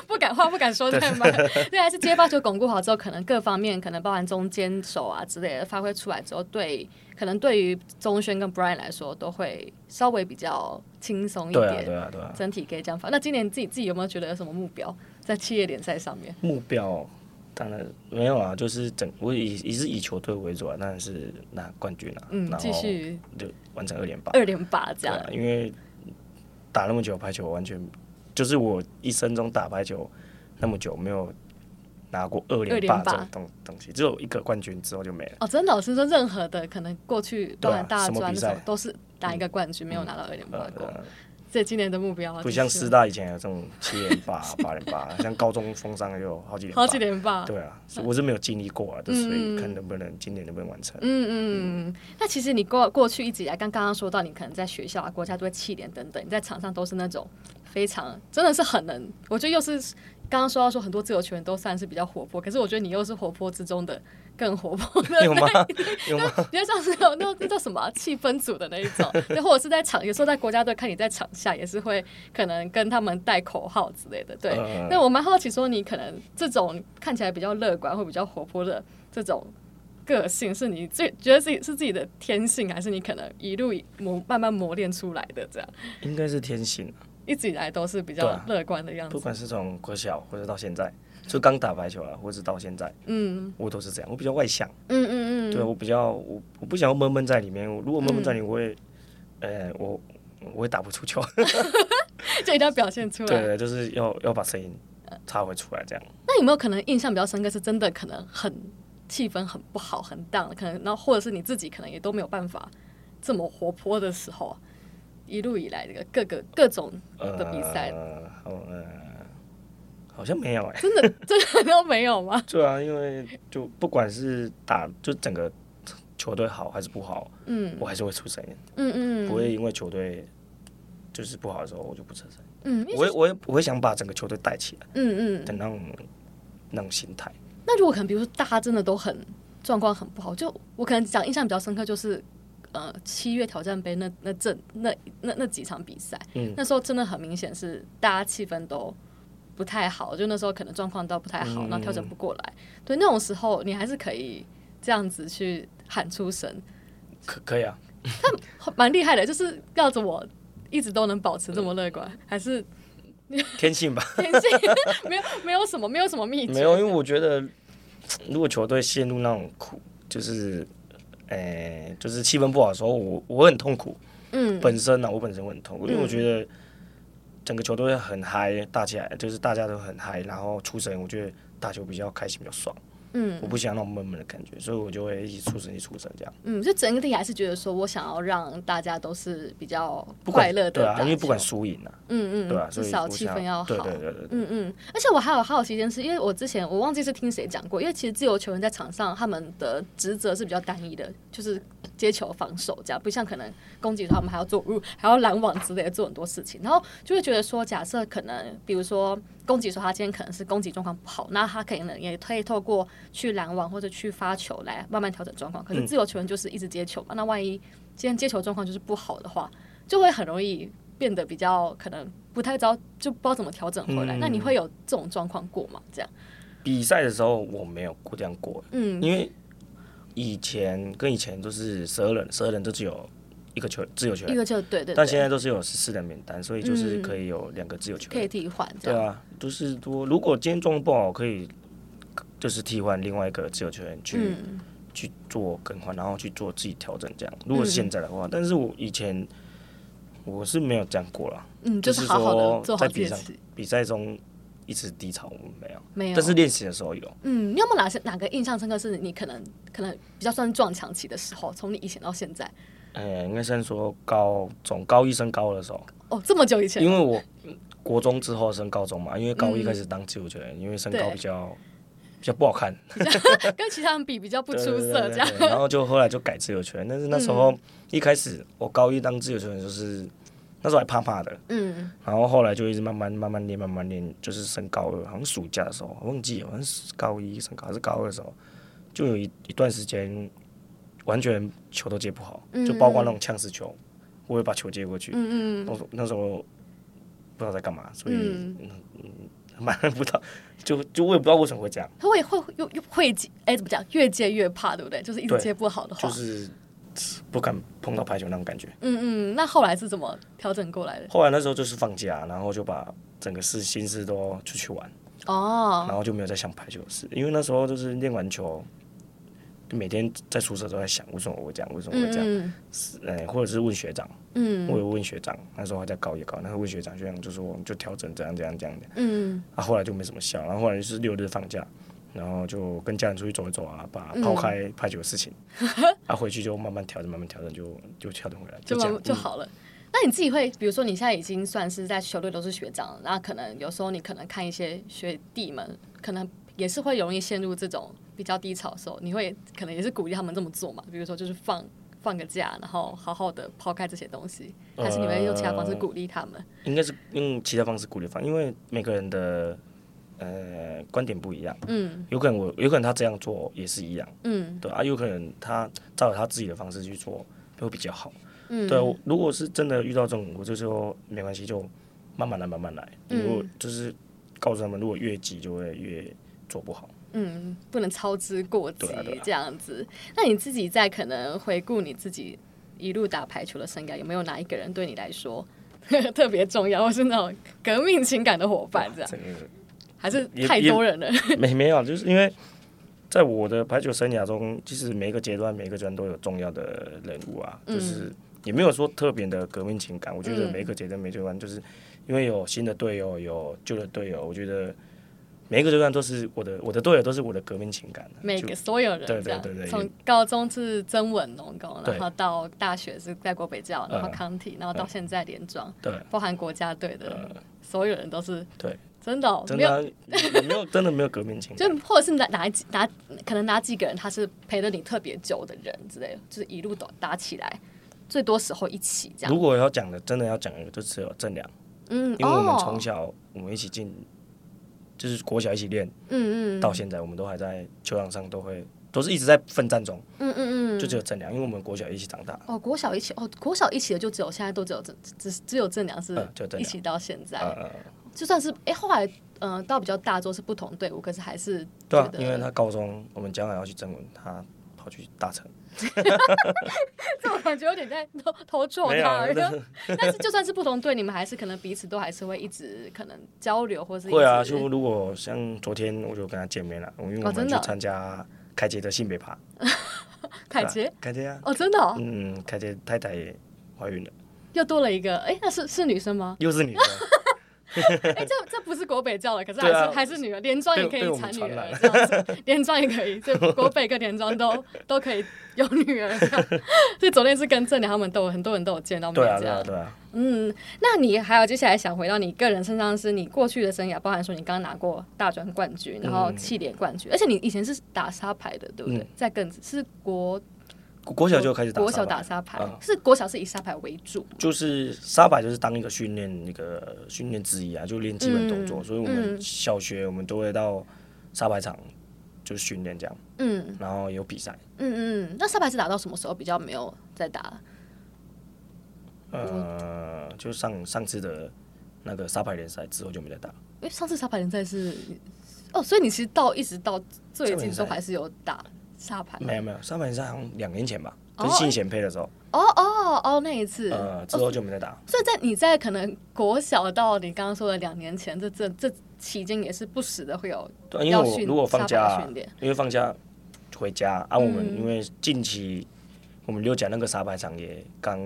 Speaker 1: 不敢话不敢说，对吗？ 对，还是接发球巩固好之后，可能各方面可能包含中间手啊之类的发挥出来之后，对，可能对于钟轩跟 Brian 来说都会稍微比较轻松一
Speaker 2: 对啊，
Speaker 1: 点，
Speaker 2: 对啊，对啊。
Speaker 1: 整体可以这样发。那今年自己自己有没有觉得有什么目标在企业联赛上面？
Speaker 2: 目标当然没有啊，就是整我以以是以球队为主啊，当然是拿冠军啊，
Speaker 1: 嗯，
Speaker 2: 然后
Speaker 1: 继续
Speaker 2: 就完成二连霸。
Speaker 1: 二连霸这
Speaker 2: 对
Speaker 1: 样
Speaker 2: 啊，。因为打那么久排球，完全就是我一生中打排球那么久没有拿过二
Speaker 1: 二
Speaker 2: 连
Speaker 1: 连
Speaker 2: 霸这
Speaker 1: 霸
Speaker 2: 种东东西，只有一个冠军之后就没了。
Speaker 1: 哦，真的，我是说任何的可能过去包
Speaker 2: 对啊
Speaker 1: 含大
Speaker 2: 什么
Speaker 1: 专
Speaker 2: 比
Speaker 1: 那种
Speaker 2: 赛嗯
Speaker 1: 都是拿一个冠军，没有拿到二连霸
Speaker 2: 呃，
Speaker 1: 过。
Speaker 2: 呃
Speaker 1: 所以今年的目标
Speaker 2: 不像
Speaker 1: 是
Speaker 2: 师大以前有这种七连霸、 八连霸，像高中封上就有好几连霸。
Speaker 1: 好几连霸。
Speaker 2: 对啊，是我是没有经历过啊，就所
Speaker 1: 嗯嗯
Speaker 2: 以看能不能今年能不能完成。
Speaker 1: 嗯嗯，嗯，那其实你过过去一直以来，刚刚刚说到你可能在学校啊、国家队、气点等等，你在场上都是那种非常真的是很能，我觉得又是刚刚说到说很多自由球员都算是比较活泼，可是我觉得你又是活泼之中的更活泼 的
Speaker 2: 有吗？有吗？
Speaker 1: 你就像是有 那那叫什么啊、气氛组的那一种， 对，或者是在场，有时候在国家队看你在场下也是会可能跟他们带口号之类的，对。
Speaker 2: 嗯
Speaker 1: 那我蛮好奇说，你可能这种看起来比较乐观或比较活泼的这种个性，是你最觉得自己是自己的天性，还是你可能一路磨慢慢磨练出来的这样？
Speaker 2: 应该是天性啊，
Speaker 1: 一直以来都是比
Speaker 2: 对
Speaker 1: 较
Speaker 2: 啊
Speaker 1: 乐观的样
Speaker 2: 不
Speaker 1: 子。
Speaker 2: 管是从国小或者到现在，就刚打排球啊，或者到现在，
Speaker 1: 嗯
Speaker 2: 我都是这样。我比较外向，
Speaker 1: 嗯嗯嗯，嗯
Speaker 2: 对我比较我我不想要闷闷在里面。我如果闷闷在里面，我会，呃，我我会打不出球。
Speaker 1: 就一定要表现出来。
Speaker 2: 对，就是要要把声音插回出来这样。
Speaker 1: 那有没有可能印象比较深刻，是真的可能很气氛很不好、很 down，可能那或者是你自己可能也都没有办法这么活泼的时候啊，一路以来这个各个各种
Speaker 2: 呃，
Speaker 1: 的比赛，
Speaker 2: 好呃，好像没有哎、
Speaker 1: 真的真的 都没有吗？
Speaker 2: 对啊，因为就不管是打就整个球队好还是不好，
Speaker 1: 嗯
Speaker 2: 我还是会出声音，
Speaker 1: 嗯嗯，
Speaker 2: 不会因为球队就是不好的时候我就不出声音。
Speaker 1: 嗯，因为
Speaker 2: 我会我会我会想把整个球队带起来
Speaker 1: 嗯嗯。
Speaker 2: 的那种那种心态。
Speaker 1: 那如果可能，比如说大家真的都很状况很不好，就我可能讲印象比较深刻就是。呃，七月挑战杯那那阵那那那几场比赛，
Speaker 2: 嗯
Speaker 1: 那时候真的很明显是大家气氛都不太好，就那时候可能状况都不太好，
Speaker 2: 嗯
Speaker 1: 然后调整不过来。对，那种时候你还是可以这样子去喊出声，
Speaker 2: 可可以啊，
Speaker 1: 蛮厉害的。就是要着我一直都能保持这么乐观，还是
Speaker 2: 天性吧，
Speaker 1: 天性 没有没有什么没有什么秘诀，
Speaker 2: 没有，因为我觉得如果球队陷入那种苦，就是，诶、就是气氛不好的时候，我我会很痛苦。
Speaker 1: 嗯
Speaker 2: 本身啊呢、我本身会很痛苦，因为我觉得整个球队很嗨，大起来就是大家都很嗨，然后出神，我觉得打球比较开心，比较爽。
Speaker 1: 嗯
Speaker 2: 我不喜欢那种闷闷的感觉，所以我就会一起出神，一起出神这样。
Speaker 1: 嗯，就整体还是觉得说我想要让大家都是比较
Speaker 2: 不管
Speaker 1: 快乐的
Speaker 2: 对啊，
Speaker 1: 打
Speaker 2: 因为不管
Speaker 1: 球
Speaker 2: 输赢啊，
Speaker 1: 嗯嗯，
Speaker 2: 对啊，所
Speaker 1: 至
Speaker 2: 以
Speaker 1: 少
Speaker 2: 我
Speaker 1: 气
Speaker 2: 想
Speaker 1: 氛要好。
Speaker 2: 对对对对对，
Speaker 1: 嗯嗯，而且我还有好奇一件事，因为我之前我忘记是听谁讲过，因为其实自由球员在场上他们的职责是比较单一的，就是接球、防守这样，不像可能攻击他们还要做入、还要拦网之类的做很多事情，然后就会觉得说，假设可能比如说攻击说他今天可能是攻击状况不好，那他可能也可以透过去拦网或者去发球来慢慢调整状况，可是自由球员就是一直接球嘛，那万一今天接球状况就是不好的话，就会很容易变得比较可能不太知道，就不知道怎么调整回来。
Speaker 2: 嗯
Speaker 1: 那你会有这种状况过吗？这样，
Speaker 2: 比赛的时候我没有过这样过，
Speaker 1: 嗯
Speaker 2: 因为以前跟以前都是十二人，十二人都只有一个球自由球
Speaker 1: 一
Speaker 2: 员，
Speaker 1: 个就对对
Speaker 2: 但现
Speaker 1: 对，
Speaker 2: 在都是有十四人名单，所以就是
Speaker 1: 嗯
Speaker 2: 可以有两个自由球员
Speaker 1: 可。以替换这
Speaker 2: 对
Speaker 1: 样。
Speaker 2: 啊，就是多。如果今天状况不好，可以就是替换另外一个自由球员去、
Speaker 1: 嗯
Speaker 2: 去做更换，然后去做自己调整这样。如果是现在的话，但是我以前我是没有这样过啦。
Speaker 1: 嗯，
Speaker 2: 就是是
Speaker 1: 好好的
Speaker 2: 说
Speaker 1: 做好
Speaker 2: 在
Speaker 1: 自己
Speaker 2: 比
Speaker 1: 的
Speaker 2: 赛
Speaker 1: 事，
Speaker 2: 比赛中一直低潮，我们没有，
Speaker 1: 没有。啊
Speaker 2: 但是练习的时候有。
Speaker 1: 嗯，你有没有哪些哪个印象深刻是你可能可能比较算撞墙期的时候？从你以前到现在，
Speaker 2: 呃，应该先说高中高一升高二的时候，
Speaker 1: 哦，这么久以前，
Speaker 2: 因为我国中之后升高中嘛，因为高一开始当自由球员，因为身
Speaker 1: 嗯
Speaker 2: 高
Speaker 1: 对
Speaker 2: 比较比较不好看，
Speaker 1: 跟其他人比比较不
Speaker 2: 对
Speaker 1: 出
Speaker 2: 对
Speaker 1: 色
Speaker 2: 对
Speaker 1: 这样。嗯
Speaker 2: 对然后就后来就改自由球员，但是那时候一开始我高一当自由球员就是那时候还怕怕的，
Speaker 1: 嗯
Speaker 2: 然后后来就一直慢慢慢慢练，慢慢练，就是升高二，好像暑假的时候忘记了，好像是高一升高还是高二的时候，就有一一段时间完全球都接不好，就包括那种呛死球，我会把球接过去。
Speaker 1: 嗯嗯
Speaker 2: 那时候那时候不知道在干嘛，所以
Speaker 1: 嗯
Speaker 2: 嗯嗯，蛮、不知道，就就我也不知道为什么会这样。
Speaker 1: 他会会又又会接，哎，怎么讲？越接越怕，对不对？就是一直
Speaker 2: 对
Speaker 1: 接不好的话，
Speaker 2: 就是不敢碰到排球那种感觉。
Speaker 1: 嗯嗯。那后来是怎么调整过来的？
Speaker 2: 后来那时候就是放假，然后就把整个事心思都出去玩，
Speaker 1: 哦
Speaker 2: 然，后就没有再想排球的事，因为那时候就是练完球。每天在宿舍都在想，为什么我会这样，为什么我会这样？
Speaker 1: 嗯
Speaker 2: 嗯、或者是问学长，
Speaker 1: 嗯
Speaker 2: 我有问学长，那时候还在高一高，然后问学长，学长就说我们就调整怎样怎样怎样的。
Speaker 1: 嗯
Speaker 2: 啊，后来就没什么笑，然后后来就是六日放假，然后就跟家人出去走一走啊，
Speaker 1: 嗯
Speaker 2: 把抛开排球的事情， 啊，回去就慢慢调整，慢慢调整，就就调整回来，
Speaker 1: 就
Speaker 2: 这
Speaker 1: 蛮
Speaker 2: 样嗯
Speaker 1: 就好了。那你自己会，比如说你现在已经算是在球队都是学长，那可能有时候你可能看一些学弟们，可能也是会容易陷入这种比较低潮的时候，你会可能也是鼓励他们这么做嘛？比如说就是放放个假，然后好好的抛开这些东西，还是你会用其他方
Speaker 2: 呃
Speaker 1: 式鼓励他们？
Speaker 2: 应该是用其他方式鼓励方，因为每个人的呃观点不一样，
Speaker 1: 嗯
Speaker 2: 有可能我有可能他这样做也是一样，
Speaker 1: 嗯
Speaker 2: 对啊，有可能他照着他自己的方式去做会比较好，
Speaker 1: 嗯，
Speaker 2: 对啊，我如果是真的遇到这种，我就说没关系，就慢慢来，慢慢来，
Speaker 1: 嗯
Speaker 2: 如果就是告诉他们，如果越急就会越做不好。
Speaker 1: 嗯，不能操之过急
Speaker 2: 对啊对啊
Speaker 1: 这样子。那你自己在可能回顾你自己一路打排球的生涯，有没有哪一个人对你来说 特别重要，或是那种革命情感的伙伴这样，
Speaker 2: 这个
Speaker 1: 还是
Speaker 2: 也
Speaker 1: 太
Speaker 2: 也
Speaker 1: 多人了。
Speaker 2: 没没有，啊就是因为在我的排球生涯中，其实每一个阶段、每一个阶段都有重要的人物啊，
Speaker 1: 嗯
Speaker 2: 就是也没有说特别的革命情感。我觉得
Speaker 1: 嗯
Speaker 2: 每一个阶段、每一个阶段，就是因为有新的队友，有旧的队友，我觉得每一个阶段都是我的我的队友都是我的革命情感啊。
Speaker 1: 每
Speaker 2: 就
Speaker 1: 个所有人
Speaker 2: 对对
Speaker 1: 这样
Speaker 2: 对对，
Speaker 1: 从
Speaker 2: 也
Speaker 1: 高中是曾文农工，
Speaker 2: 对
Speaker 1: 然后到大学是在国北教，然后
Speaker 2: 嗯
Speaker 1: 康体，然后到现在连庄，
Speaker 2: 对
Speaker 1: 包含国家队的
Speaker 2: 呃，
Speaker 1: 所有人都是
Speaker 2: 对，
Speaker 1: 真的哦
Speaker 2: 真
Speaker 1: 没
Speaker 2: 的
Speaker 1: 有
Speaker 2: 啊、也没有真的没有革命 情
Speaker 1: 就
Speaker 2: 感。
Speaker 1: 或者是哪哪几哪可能哪几个人他是陪了你特别久的人之类的，就是一路打打起来，最多时候一起这
Speaker 2: 如
Speaker 1: 样。
Speaker 2: 果要讲的，真的要讲一个，就只有郑良，
Speaker 1: 嗯，
Speaker 2: 因为我们
Speaker 1: 哦
Speaker 2: 从小、我们一起进，就是国小一起练。
Speaker 1: 嗯嗯
Speaker 2: 到现在我们都还在球场上都会都是一直在奋战中，
Speaker 1: 嗯嗯嗯，
Speaker 2: 就只有郑良，因为我们国小一起长大，
Speaker 1: 哦国小一起哦国小一起的就只有现在都只有这只只有正良是
Speaker 2: 嗯就正良
Speaker 1: 一起到现在，
Speaker 2: 呃，呃
Speaker 1: 就算是哎、后来嗯、呃到比较大之后是不同队伍，可是还是
Speaker 2: 对啊
Speaker 1: 觉，得
Speaker 2: 因为他高中我们将来要去征文，他跑去大城，
Speaker 1: 这种感觉有点在偷偷撞
Speaker 2: 没有啊
Speaker 1: 他而已
Speaker 2: 但。
Speaker 1: 但是就算是不同队，你们还是可能彼此都还是会一直可能交流，或是一直
Speaker 2: 会啊，就如果像昨天我就跟他见面了，因为我
Speaker 1: 哦真
Speaker 2: 们
Speaker 1: 的
Speaker 2: 去
Speaker 1: 哦
Speaker 2: 参加开杰的性别趴，
Speaker 1: 凯
Speaker 2: 对
Speaker 1: 杰
Speaker 2: 啊开杰啊，
Speaker 1: 哦，真的、哦、
Speaker 2: 嗯，开杰太太也怀孕了，？
Speaker 1: 又多了一个，哎、那是是女生吗
Speaker 2: 又是女的，
Speaker 1: 哎、这这不是国北教了，可是还是、
Speaker 2: 对啊
Speaker 1: 还是女儿，连庄也可
Speaker 2: 被
Speaker 1: 以
Speaker 2: 我
Speaker 1: 产
Speaker 2: 们
Speaker 1: 女
Speaker 2: 传
Speaker 1: 儿，这样子， 连庄也可以，这国北跟连庄都 都可以有女儿这样。所以昨天是跟郑良他们都有很多人都哦有见到面
Speaker 2: 对啊
Speaker 1: 这
Speaker 2: 对
Speaker 1: 样
Speaker 2: 啊。对啊，
Speaker 1: 嗯，那你还有接下来想回到你个人身上，是你过去的生涯，包含说你刚刚拿过大专冠军，然后气点冠军，而且你以前是打沙排的，对不对？
Speaker 2: 嗯
Speaker 1: 在更是国
Speaker 2: 国国小就开始打
Speaker 1: 国
Speaker 2: 沙
Speaker 1: 小
Speaker 2: 排
Speaker 1: 打沙排，
Speaker 2: 嗯
Speaker 1: 是国小是以沙排为主，
Speaker 2: 就是沙排就是当一个训练一个训练之一啊，就练基本动作，
Speaker 1: 嗯
Speaker 2: 所以我
Speaker 1: 嗯
Speaker 2: 们小学我们都会到沙排场就训练这样，
Speaker 1: 嗯
Speaker 2: 然后也有比赛。
Speaker 1: 嗯嗯。那沙排是打到什么时候比较没有在打？
Speaker 2: 呃，
Speaker 1: 嗯
Speaker 2: 就上上次的那个沙排联赛之后就没再打，
Speaker 1: 因为上次沙排联赛是哦，所以你其实到一直到最
Speaker 2: 沙
Speaker 1: 近
Speaker 2: 排联
Speaker 1: 都
Speaker 2: 赛
Speaker 1: 还是有打沙排，
Speaker 2: 没有没有，沙排联赛好像两年前吧，
Speaker 1: 啊哦
Speaker 2: 跟信贤配的时候，
Speaker 1: 哦哦哦那一次，
Speaker 2: 呃，之后就没再打。
Speaker 1: 所以在你在可能国小到你刚刚说的两年前，这这这期间也是不时的会有
Speaker 2: 对，因为
Speaker 1: 要
Speaker 2: 我
Speaker 1: 训
Speaker 2: 如果放假
Speaker 1: 沙排
Speaker 2: 啊
Speaker 1: 的训练，
Speaker 2: 因为放假回家啊，我们
Speaker 1: 嗯
Speaker 2: 因为近期我们六甲那个沙排场也刚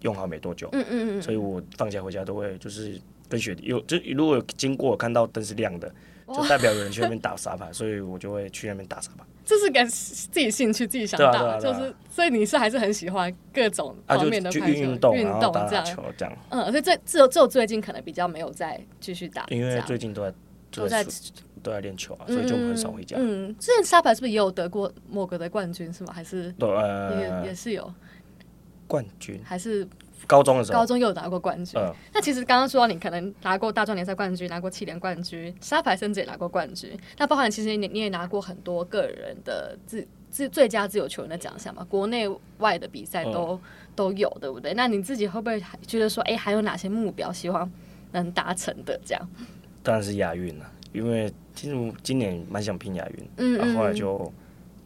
Speaker 2: 用好没多久，
Speaker 1: 嗯嗯嗯
Speaker 2: 所以我放假回家都会就是跟学弟有，就如果有经过看到灯是亮的，
Speaker 1: 哇
Speaker 2: 就代表有人去那边打沙盘， 所以我就会去那边打沙盘。
Speaker 1: 嗯，这是给自己兴趣自己想
Speaker 2: 对啊
Speaker 1: 打，
Speaker 2: 对
Speaker 1: 就
Speaker 2: 啊对啊
Speaker 1: 是所以你是还是很喜欢各种
Speaker 2: 啊，
Speaker 1: 方
Speaker 2: 就
Speaker 1: 面的
Speaker 2: 去
Speaker 1: 排球
Speaker 2: 运动，
Speaker 1: 运
Speaker 2: 然后
Speaker 1: 动
Speaker 2: 打
Speaker 1: 这
Speaker 2: 打
Speaker 1: 样，
Speaker 2: 球这样。
Speaker 1: 嗯，所以这只有只有最近可能比较没有再继续打，
Speaker 2: 因
Speaker 1: 这
Speaker 2: 为
Speaker 1: 样
Speaker 2: 最近都在
Speaker 1: 都
Speaker 2: 都
Speaker 1: 在
Speaker 2: 在都在练球啊，所以就很少回家。
Speaker 1: 嗯，嗯之前沙排是不是也有得过某个的冠军是吗？还是
Speaker 2: 对，
Speaker 1: 也
Speaker 2: 呃
Speaker 1: 也，是有，
Speaker 2: 冠军，
Speaker 1: 还是
Speaker 2: 高中的时
Speaker 1: 高
Speaker 2: 候，
Speaker 1: 中又有拿过冠军。
Speaker 2: 嗯
Speaker 1: 那其实刚刚说到你可能拿过大专联赛冠军，拿过七连冠军，沙排甚至也拿过冠军。那包含其实你你也拿过很多个人的自自最佳自由球员的奖项嘛，国内外的比赛
Speaker 2: 嗯
Speaker 1: 都、都有，对不对？那你自己会不会还觉得说，哎、还有哪些目标希望能达成的这样？
Speaker 2: 当然是亚运了，因为其实我今年蛮想拼亚运，
Speaker 1: 嗯
Speaker 2: 然后后来
Speaker 1: 嗯
Speaker 2: 就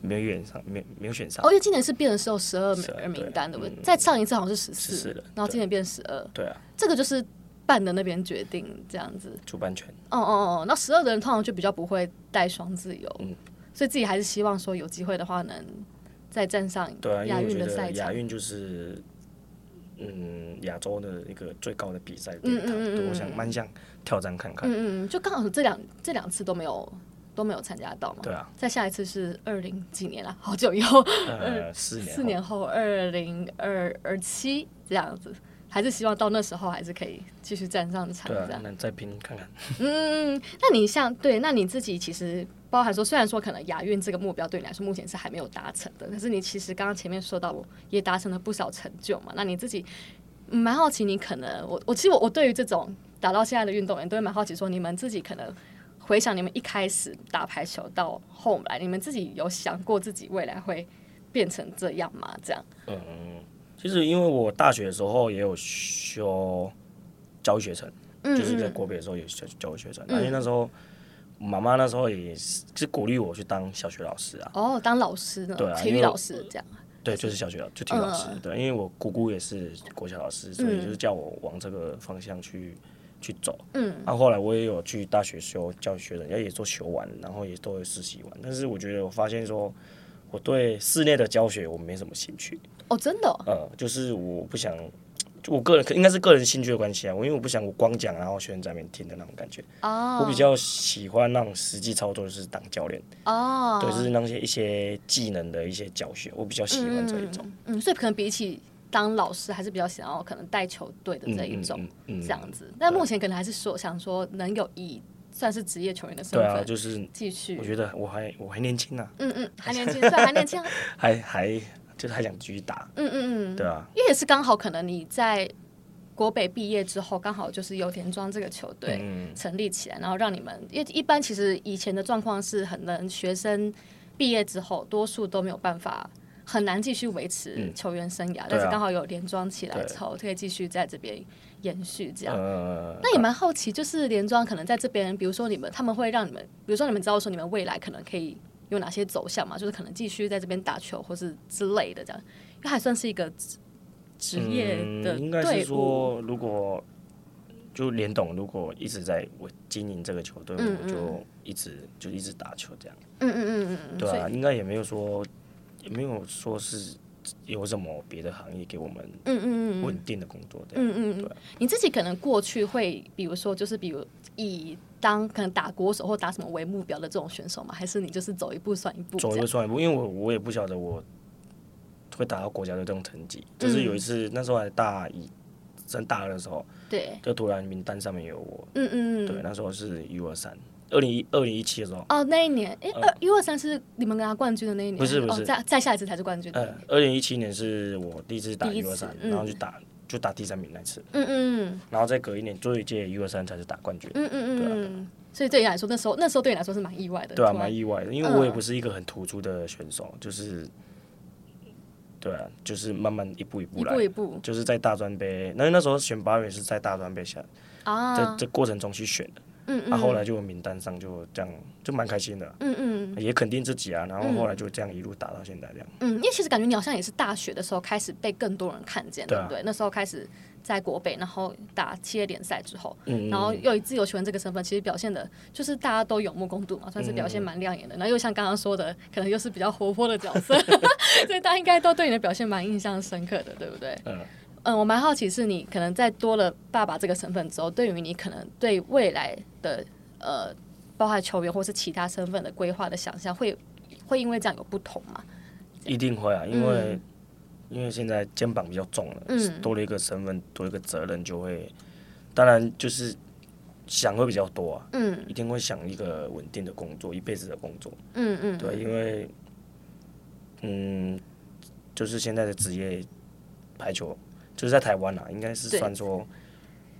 Speaker 2: 没有选上，没没有选上
Speaker 1: 哦，。因为今年是变成是有十二
Speaker 2: 12
Speaker 1: 人名单，对
Speaker 2: 对
Speaker 1: 不对？
Speaker 2: 嗯
Speaker 1: 在上一次好像是十
Speaker 2: 14
Speaker 1: 四
Speaker 2: 人，
Speaker 1: 然后今年变十二，
Speaker 2: 对啊，
Speaker 1: 这个就是办的那边决定这样子。
Speaker 2: 主办权。
Speaker 1: 哦哦哦，那十二的人通常就比较不会带双自由，
Speaker 2: 嗯
Speaker 1: 所以自己还是希望说有机会的话能再站上
Speaker 2: 对啊，因
Speaker 1: 亚
Speaker 2: 为我
Speaker 1: 运
Speaker 2: 觉
Speaker 1: 的赛
Speaker 2: 得
Speaker 1: 场
Speaker 2: 亚。运就是嗯亚洲的一个最高的比赛
Speaker 1: 嗯
Speaker 2: 殿堂，
Speaker 1: 嗯嗯
Speaker 2: 对我
Speaker 1: 嗯
Speaker 2: 想蛮想挑战看看。
Speaker 1: 嗯嗯，就刚好这两这两次都没有都没有参加到嘛。
Speaker 2: 对啊，
Speaker 1: 再下一次是二零几年啦，好久以后，
Speaker 2: 呃，四年
Speaker 1: 嗯四
Speaker 2: 后
Speaker 1: 年后二零二二七这样子，还是希望到那时候还是可以继续站上场
Speaker 2: 对
Speaker 1: 这
Speaker 2: 啊
Speaker 1: 样，。
Speaker 2: 那再拼看看。
Speaker 1: 嗯，那你像对，那你自己其实包含说，虽然说可能亚运这个目标对你来说目前是还没有达成的，但是你其实刚刚前面说到，我也达成了不少成就嘛。那你自己嗯蛮好奇，你可能我我其实我我对于这种打到现在的运动员，都会蛮好奇说，你们自己可能回想你们一开始打排球到后来，你们自己有想过自己未来会变成这样吗？这样，
Speaker 2: 其实因为我大学的时候也有修教育学程，
Speaker 1: 嗯
Speaker 2: 就是在
Speaker 1: 嗯
Speaker 2: 国北的时候也修教育学程，
Speaker 1: 嗯
Speaker 2: 而且那时候妈妈那时候也是是鼓励我去当小学老师啊。
Speaker 1: 哦，当老师呢
Speaker 2: 对，啊
Speaker 1: 体
Speaker 2: 因
Speaker 1: 育
Speaker 2: 为
Speaker 1: 老师这样，
Speaker 2: 对，就是小学老就体育老师，
Speaker 1: 嗯
Speaker 2: 对，因为我姑姑也是国小老师，所以就是叫我往这个方向去去走。
Speaker 1: 嗯
Speaker 2: 啊，后来我也有去大学修教学的，也也做修完，然后也都有实习完。但是我觉得我发现说，我对室内的教学我没什么兴趣，
Speaker 1: 哦，真的哦、
Speaker 2: 呃，就是我不想，就我个人应该是个人兴趣的关系啊，我因为我不想我光讲然后学生在那边听的那种感觉，
Speaker 1: 哦，
Speaker 2: 我比较喜欢那种实际操作，就是当教练，
Speaker 1: 哦，
Speaker 2: 对，就是那些一些技能的一些教学，我比较喜欢这一种。
Speaker 1: 嗯，嗯，所以可能比起当老师，还是比较想要可能带球队的
Speaker 2: 嗯
Speaker 1: 这一种、
Speaker 2: 嗯嗯嗯
Speaker 1: 这样子。但目前可能还是说想说能有以算是职业球员的身
Speaker 2: 对啊，
Speaker 1: 份
Speaker 2: 就是
Speaker 1: 继续
Speaker 2: 我。觉得我还我还年轻啊，
Speaker 1: 嗯嗯，还年轻，虽然还年轻，啊
Speaker 2: 还还就是还想继续打，
Speaker 1: 嗯嗯嗯，
Speaker 2: 对啊，
Speaker 1: 因为也是刚好可能你在国北毕业之后，刚好就是有田庄这个球队。
Speaker 2: 嗯，
Speaker 1: 成立起来，然后让你们，因为一般其实以前的状况是很能学生毕业之后，多数都没有办法，很难继续维持
Speaker 2: 嗯
Speaker 1: 球员生涯。
Speaker 2: 啊
Speaker 1: 但是刚好有连庄起来
Speaker 2: 对
Speaker 1: 之后，可以继续在这边延续这样。
Speaker 2: 呃，
Speaker 1: 那也蛮好奇，就是连庄可能在这边，比如说你们他们会让你们，比如说你们知道说你们未来可能可以有哪些走向嘛，就是可能继续在这边打球或是之类的这样，因为还算是一个职职业的
Speaker 2: 嗯、应该
Speaker 1: 队
Speaker 2: 是
Speaker 1: 伍。
Speaker 2: 说，如果就连董如果一直在我经营这个球队，
Speaker 1: 嗯
Speaker 2: 我就一直就一直打球这样，
Speaker 1: 嗯嗯嗯嗯嗯，
Speaker 2: 对
Speaker 1: 所以
Speaker 2: 啊，应该也没有说也没有说是有什么别的行业给我们
Speaker 1: 嗯嗯嗯嗯。
Speaker 2: 稳定的工作这样。
Speaker 1: 嗯嗯嗯，你自己可能过去会，比如说，就是比如以当可能打国手或打什么为目标的这种选手吗？还是你就是走一步算一步这
Speaker 2: 走一
Speaker 1: 样？
Speaker 2: 步算一步，因为我我也不晓得我会打到国家队这种成绩。就是
Speaker 1: 嗯
Speaker 2: 有一次那时候还大一升大二的时候，
Speaker 1: 对，
Speaker 2: 就突然名单上面有我，
Speaker 1: 嗯嗯
Speaker 2: 对，
Speaker 1: 嗯。
Speaker 2: 那时候是 U 二三，二零一二零一七的时候，
Speaker 1: 哦，那一年，哎，二一二三是你们拿冠军的那一年，
Speaker 2: 嗯不是不是
Speaker 1: 哦，再再下一次才是冠军的那一
Speaker 2: 呃
Speaker 1: 年。，
Speaker 2: 二零一七年是我第一次打
Speaker 1: 第一
Speaker 2: U 二
Speaker 1: 次
Speaker 2: 三，
Speaker 1: 嗯
Speaker 2: 然后就打就打第三名那次，
Speaker 1: 嗯嗯
Speaker 2: 然后再隔一年最后一届 U 二三才是打冠军，
Speaker 1: 嗯嗯嗯
Speaker 2: 对啊
Speaker 1: 嗯。所以对你来说，那时候那时候对你来说是蛮意外的。
Speaker 2: 对啊，
Speaker 1: 突然
Speaker 2: 蛮意外的，因为我也不是一个很突出的选手，就是。对啊，就是慢慢一步一步
Speaker 1: 一
Speaker 2: 来，
Speaker 1: 步一步
Speaker 2: 就是在大专杯，那那时候选拔也是在大专杯下，在
Speaker 1: 啊，
Speaker 2: 这过程中去选的。
Speaker 1: 嗯
Speaker 2: 那、
Speaker 1: 嗯
Speaker 2: 啊后来就有名单上就这样，就蛮开心的，
Speaker 1: 嗯嗯
Speaker 2: 也肯定自己啊。然后后来就这样一路打到现在这样。
Speaker 1: 嗯，因为其实感觉你好像也是大学的时候开始被更多人看见，
Speaker 2: 对啊
Speaker 1: 不对？那时候开始在国北，然后打企业联赛之后，
Speaker 2: 嗯，
Speaker 1: 然后又以自由球员这个身份，其实表现的就是大家都有目共睹嘛，算是表
Speaker 2: 嗯
Speaker 1: 现蛮亮眼的。然后又像刚刚说的，可能又是比较活泼的角色， 所以大家应该都对你的表现蛮印象深刻的，对不对？
Speaker 2: 嗯
Speaker 1: 嗯，我蛮好奇是你可能在多了爸爸这个身份之后，对于你可能对未来的呃，包含球员或是其他身份的规划的想象，会会因为这样有不同吗？
Speaker 2: 一定会啊，因为、
Speaker 1: 嗯
Speaker 2: 因为现在肩膀比较重了，
Speaker 1: 嗯
Speaker 2: 多了一个身份，多一个责任，就会当然就是想会比较多啊，
Speaker 1: 嗯
Speaker 2: 一定会想一个稳定的工作，一辈子的工作。
Speaker 1: 嗯嗯，
Speaker 2: 对，因为嗯，就是现在的职业排球，就是在台湾啦，应该是
Speaker 1: 对
Speaker 2: 算说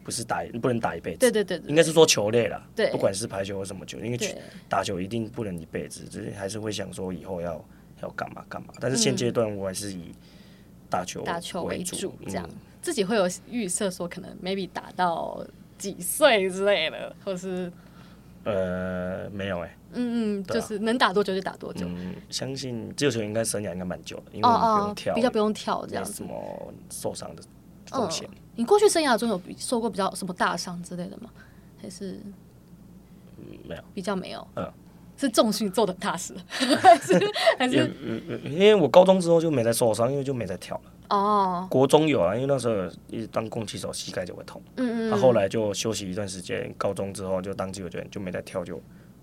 Speaker 2: 不是打不能打一辈子，
Speaker 1: 对对对对
Speaker 2: 应该是说球类啦，
Speaker 1: 对
Speaker 2: 不管是排球或什么球，因为
Speaker 1: 对
Speaker 2: 球打球一定不能一辈子，就是还是会想说以后要要干嘛干嘛。但是现阶段我还是以打球
Speaker 1: 嗯打球为
Speaker 2: 主
Speaker 1: 主，这样、
Speaker 2: 嗯
Speaker 1: 自己会有预设说可能 maybe 打到几岁之类的，或是
Speaker 2: 呃，没有哎、
Speaker 1: 嗯嗯，
Speaker 2: 对啊
Speaker 1: 就是能打多久就打多久。
Speaker 2: 嗯，相信自由球员应该生涯应该蛮久的，因
Speaker 1: 哦
Speaker 2: 为我们
Speaker 1: 哦
Speaker 2: 不用，跳，
Speaker 1: 比较不用跳这样
Speaker 2: 没
Speaker 1: 子
Speaker 2: 什。么受伤的风
Speaker 1: 嗯
Speaker 2: 险。，
Speaker 1: 你过去生涯中有比受过比较什么大伤之类的吗？还是
Speaker 2: 嗯没有。
Speaker 1: 比较没有？
Speaker 2: 嗯
Speaker 1: 是重训做的踏实， 还是还
Speaker 2: 也
Speaker 1: 是
Speaker 2: 呃因为我高中之后就没再受伤，因为就没再跳了。
Speaker 1: 哦，
Speaker 2: 国中有啊，因为那时候有一直当攻击手，膝盖就会痛。
Speaker 1: 嗯
Speaker 2: 那、
Speaker 1: 嗯，嗯
Speaker 2: 后来就休息一段时间，高中之后就当自由球员，就没再跳，就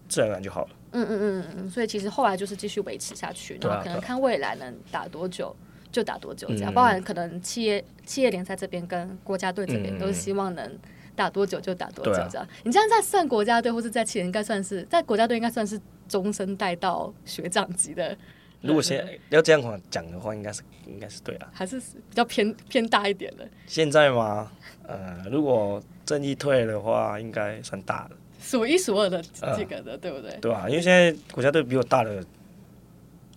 Speaker 2: 自然而然就好了。
Speaker 1: 嗯嗯嗯嗯，嗯，所以其实后来就是继续维持下去，
Speaker 2: 对啊
Speaker 1: 然后可能
Speaker 2: 对啊
Speaker 1: 看未来能打多久就打多久，这样，
Speaker 2: 嗯
Speaker 1: 包含可能企业企业联赛这边跟国家队这边
Speaker 2: 嗯嗯
Speaker 1: 都是希望能打多久就打多久
Speaker 2: 对啊
Speaker 1: 这样。你这样在算国家队或是在企业，应该算是在国家队应该算是终身带到学长级的，
Speaker 2: 如果现在要这样讲的话，应该是应该是对啦。
Speaker 1: 还是比较偏偏大一点的，
Speaker 2: 现在嘛，呃，如果正义退的话，应该算大了，
Speaker 1: 数一数二的
Speaker 2: 啊
Speaker 1: 几个的，对不对？
Speaker 2: 对吧、因为现在国家队比我大的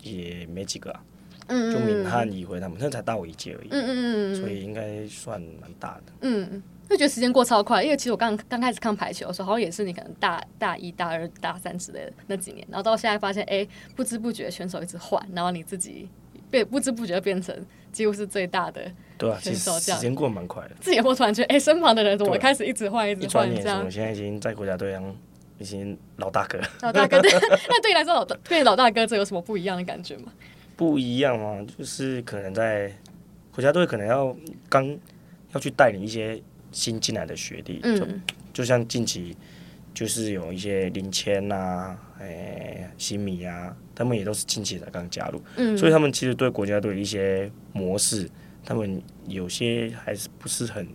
Speaker 2: 也没几个啊，
Speaker 1: 嗯，
Speaker 2: 就
Speaker 1: 嗯
Speaker 2: 敏汉、以辉他们，那才大我一届而已，
Speaker 1: 嗯嗯嗯嗯
Speaker 2: 所以应该算蛮大的。
Speaker 1: 嗯，会觉得时间过超快，因为其实我刚刚开始看排球的时候，好像也是你可能大大一、大二、大三之类的那几年，然后到现在发现，哎，不知不觉选手一直换，然后你自己变不知不觉变成几乎是最大的。
Speaker 2: 对啊，
Speaker 1: 选
Speaker 2: 其实
Speaker 1: 手这
Speaker 2: 时
Speaker 1: 样
Speaker 2: 间过得蛮快的。
Speaker 1: 自己会突然觉得，哎、身旁的人怎么
Speaker 2: 对
Speaker 1: 开始一直换，一
Speaker 2: 一
Speaker 1: 直
Speaker 2: 转
Speaker 1: 换
Speaker 2: 眼
Speaker 1: 这，样
Speaker 2: 我？现在已经在国家队当已经老大哥了，
Speaker 1: 老大哥，对那对你来说，老大对老大哥这有什么不一样的感觉吗？
Speaker 2: 不一样嘛，就是可能在国家队可能要刚要去带领一些新进来的学弟，就
Speaker 1: 嗯，
Speaker 2: 就像近期就是有一些林谦呐、哎、新米啊，他们也都是近期才刚加入，
Speaker 1: 嗯
Speaker 2: 所以他们其实对国家队的一些模式，他们有些还是不是很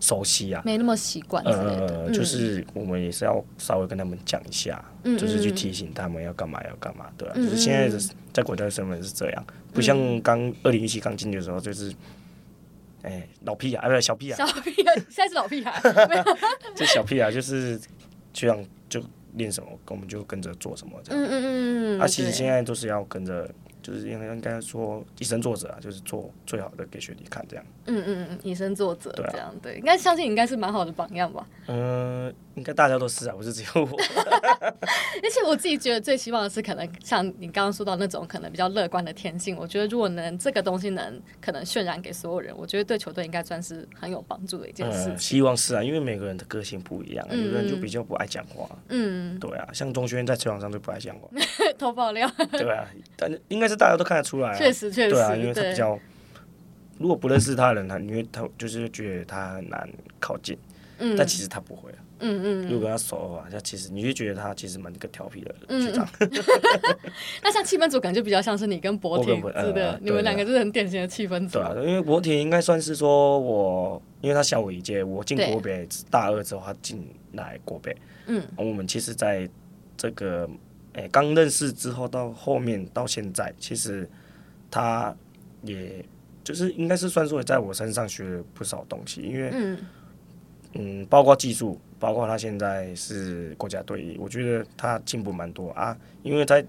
Speaker 2: 熟悉啊。
Speaker 1: 没那么习惯之类的，
Speaker 2: 呃，
Speaker 1: 嗯
Speaker 2: 就是我们也是要稍微跟他们讲一下，
Speaker 1: 嗯
Speaker 2: 就是去
Speaker 1: 嗯嗯
Speaker 2: 提醒他们要干嘛要干嘛，对啊，
Speaker 1: 嗯
Speaker 2: 就是现在的在国家队身份是这样，不像刚二零一七刚进去的时候，就是，哎、老屁孩，啊，不是小屁孩，
Speaker 1: 小屁孩，现在是老屁孩，没有
Speaker 2: 这小屁孩就是这样就练什么，我们就跟着做什么这样。
Speaker 1: 嗯嗯嗯嗯，
Speaker 2: 啊，其实
Speaker 1: 对
Speaker 2: 现在都是要跟着，就是应该应该说以身作则啊，就是做最好的给学弟看这样。
Speaker 1: 嗯嗯嗯，以身作则
Speaker 2: 对啊
Speaker 1: 这样对，应该相信你应该是蛮好的榜样吧。
Speaker 2: 嗯、应该大家都是啊，不是只有 我。
Speaker 1: 而且我自己觉得最希望的是，可能像你刚刚说到那种可能比较乐观的天性，我觉得如果能这个东西能可能渲染给所有人，我觉得对球队应该算是很有帮助的一件 事
Speaker 2: 嗯，
Speaker 1: 情。
Speaker 2: 希望是啊，因为每个人的个性不一样啊，有的人就比较不爱讲话，
Speaker 1: 嗯，
Speaker 2: 对啊，像钟轩在球场上就不爱讲话，
Speaker 1: 偷爆料，
Speaker 2: 对啊，但应该是大家都看得出来、啊，
Speaker 1: 确实确实，
Speaker 2: 对啊，因为他比较，如果不认识他的人，他因为他就是觉得他很难靠近，
Speaker 1: 嗯
Speaker 2: 但其实他不会啊，
Speaker 1: 嗯嗯，
Speaker 2: 如果他熟啊，他其实你就觉得他其实蛮一个调皮的
Speaker 1: 嗯
Speaker 2: 学长，
Speaker 1: 那像气氛组感觉比较像是你跟博
Speaker 2: 我
Speaker 1: 婷
Speaker 2: 跟博
Speaker 1: 是
Speaker 2: 呃
Speaker 1: 的
Speaker 2: 对，
Speaker 1: 你们
Speaker 2: 对
Speaker 1: 两个就是很典型的气氛组
Speaker 2: 对。啊，因为国铁应该算是说我，因为他小我一届，我进
Speaker 1: 对
Speaker 2: 国北大二之后，他进来国北，
Speaker 1: 嗯，
Speaker 2: 我们其实在这个诶刚、认识之后到后面到现在，其实他也就是应该是算说在我身上学了不少东西，因为
Speaker 1: 嗯
Speaker 2: 嗯，包括技术，包括他现在是国家队，我觉得他进步蛮多啊。因为在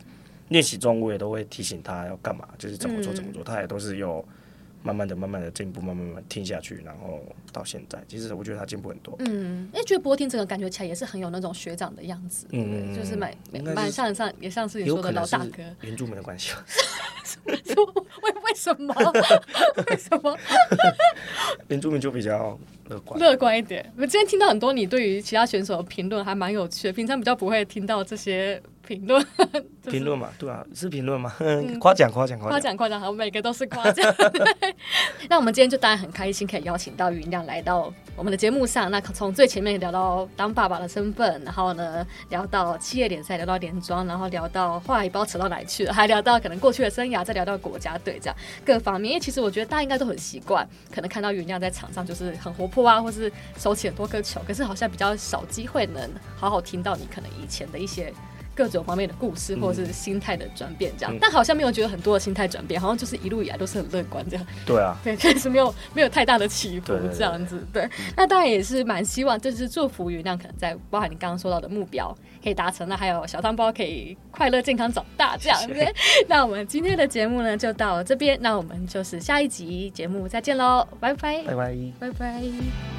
Speaker 2: 练习中，我也都会提醒他要干嘛，就是怎么做
Speaker 1: 嗯
Speaker 2: 怎么做，他也都是有慢慢的、慢慢的进步，慢慢慢慢地听下去，然后到现在，其实我觉得他进步很多。
Speaker 1: 嗯，哎，觉得博婷整个感觉起来也是很有那种学长的样子，对不对
Speaker 2: 嗯
Speaker 1: 就是蛮
Speaker 2: 应该是
Speaker 1: 蛮像像也像是你嗯
Speaker 2: 有
Speaker 1: 说
Speaker 2: 可
Speaker 1: 的
Speaker 2: 能
Speaker 1: 老
Speaker 2: 是
Speaker 1: 大哥。
Speaker 2: 原住民的关系 吧，
Speaker 1: 说 为为什么？ 为什么
Speaker 2: 原住民就比较乐观。
Speaker 1: 乐观一点？我今天听到很多你对于其他选手的评论，还蛮有趣的。平常比较不会听到这些评论，
Speaker 2: 评论嘛，对啊，是评论嘛， 夸奖夸奖
Speaker 1: 嗯夸
Speaker 2: 夸奖。
Speaker 1: 奖夸奖，好，每个都是夸奖。 对那我们今天就当然很开心，可以邀请到云亮来到我们的节目上。那从最前面聊到当爸爸的身份，然后呢聊到企业联赛，聊到连庄，然后聊到话也不知道扯到哪里去了，还聊到可能过去的生涯，再聊到国家队这样各方面。因为其实我觉得大家应该都很习惯，可能看到云亮在场上就是很活泼啊，或是手起很多颗球，可是好像比较少机会能好好听到你可能以前的一些各种方面的故事，或者是心态的转变这样。但好像没有觉得很多的心态转变，好像就是一路以来都是很乐观这样。
Speaker 2: 对啊，
Speaker 1: 对，确实没有没有太大的起伏
Speaker 2: 对对对嗯
Speaker 1: 这样子。对，那当然也是蛮希望，就是祝福云亮可能在包含你刚刚说到的目标可以达成，那还有小汤包可以快乐健康长大这样子。那我们今天的节目呢就到这边，那我们就是下一集节目再见喽，拜拜，
Speaker 2: 拜拜。
Speaker 1: 拜拜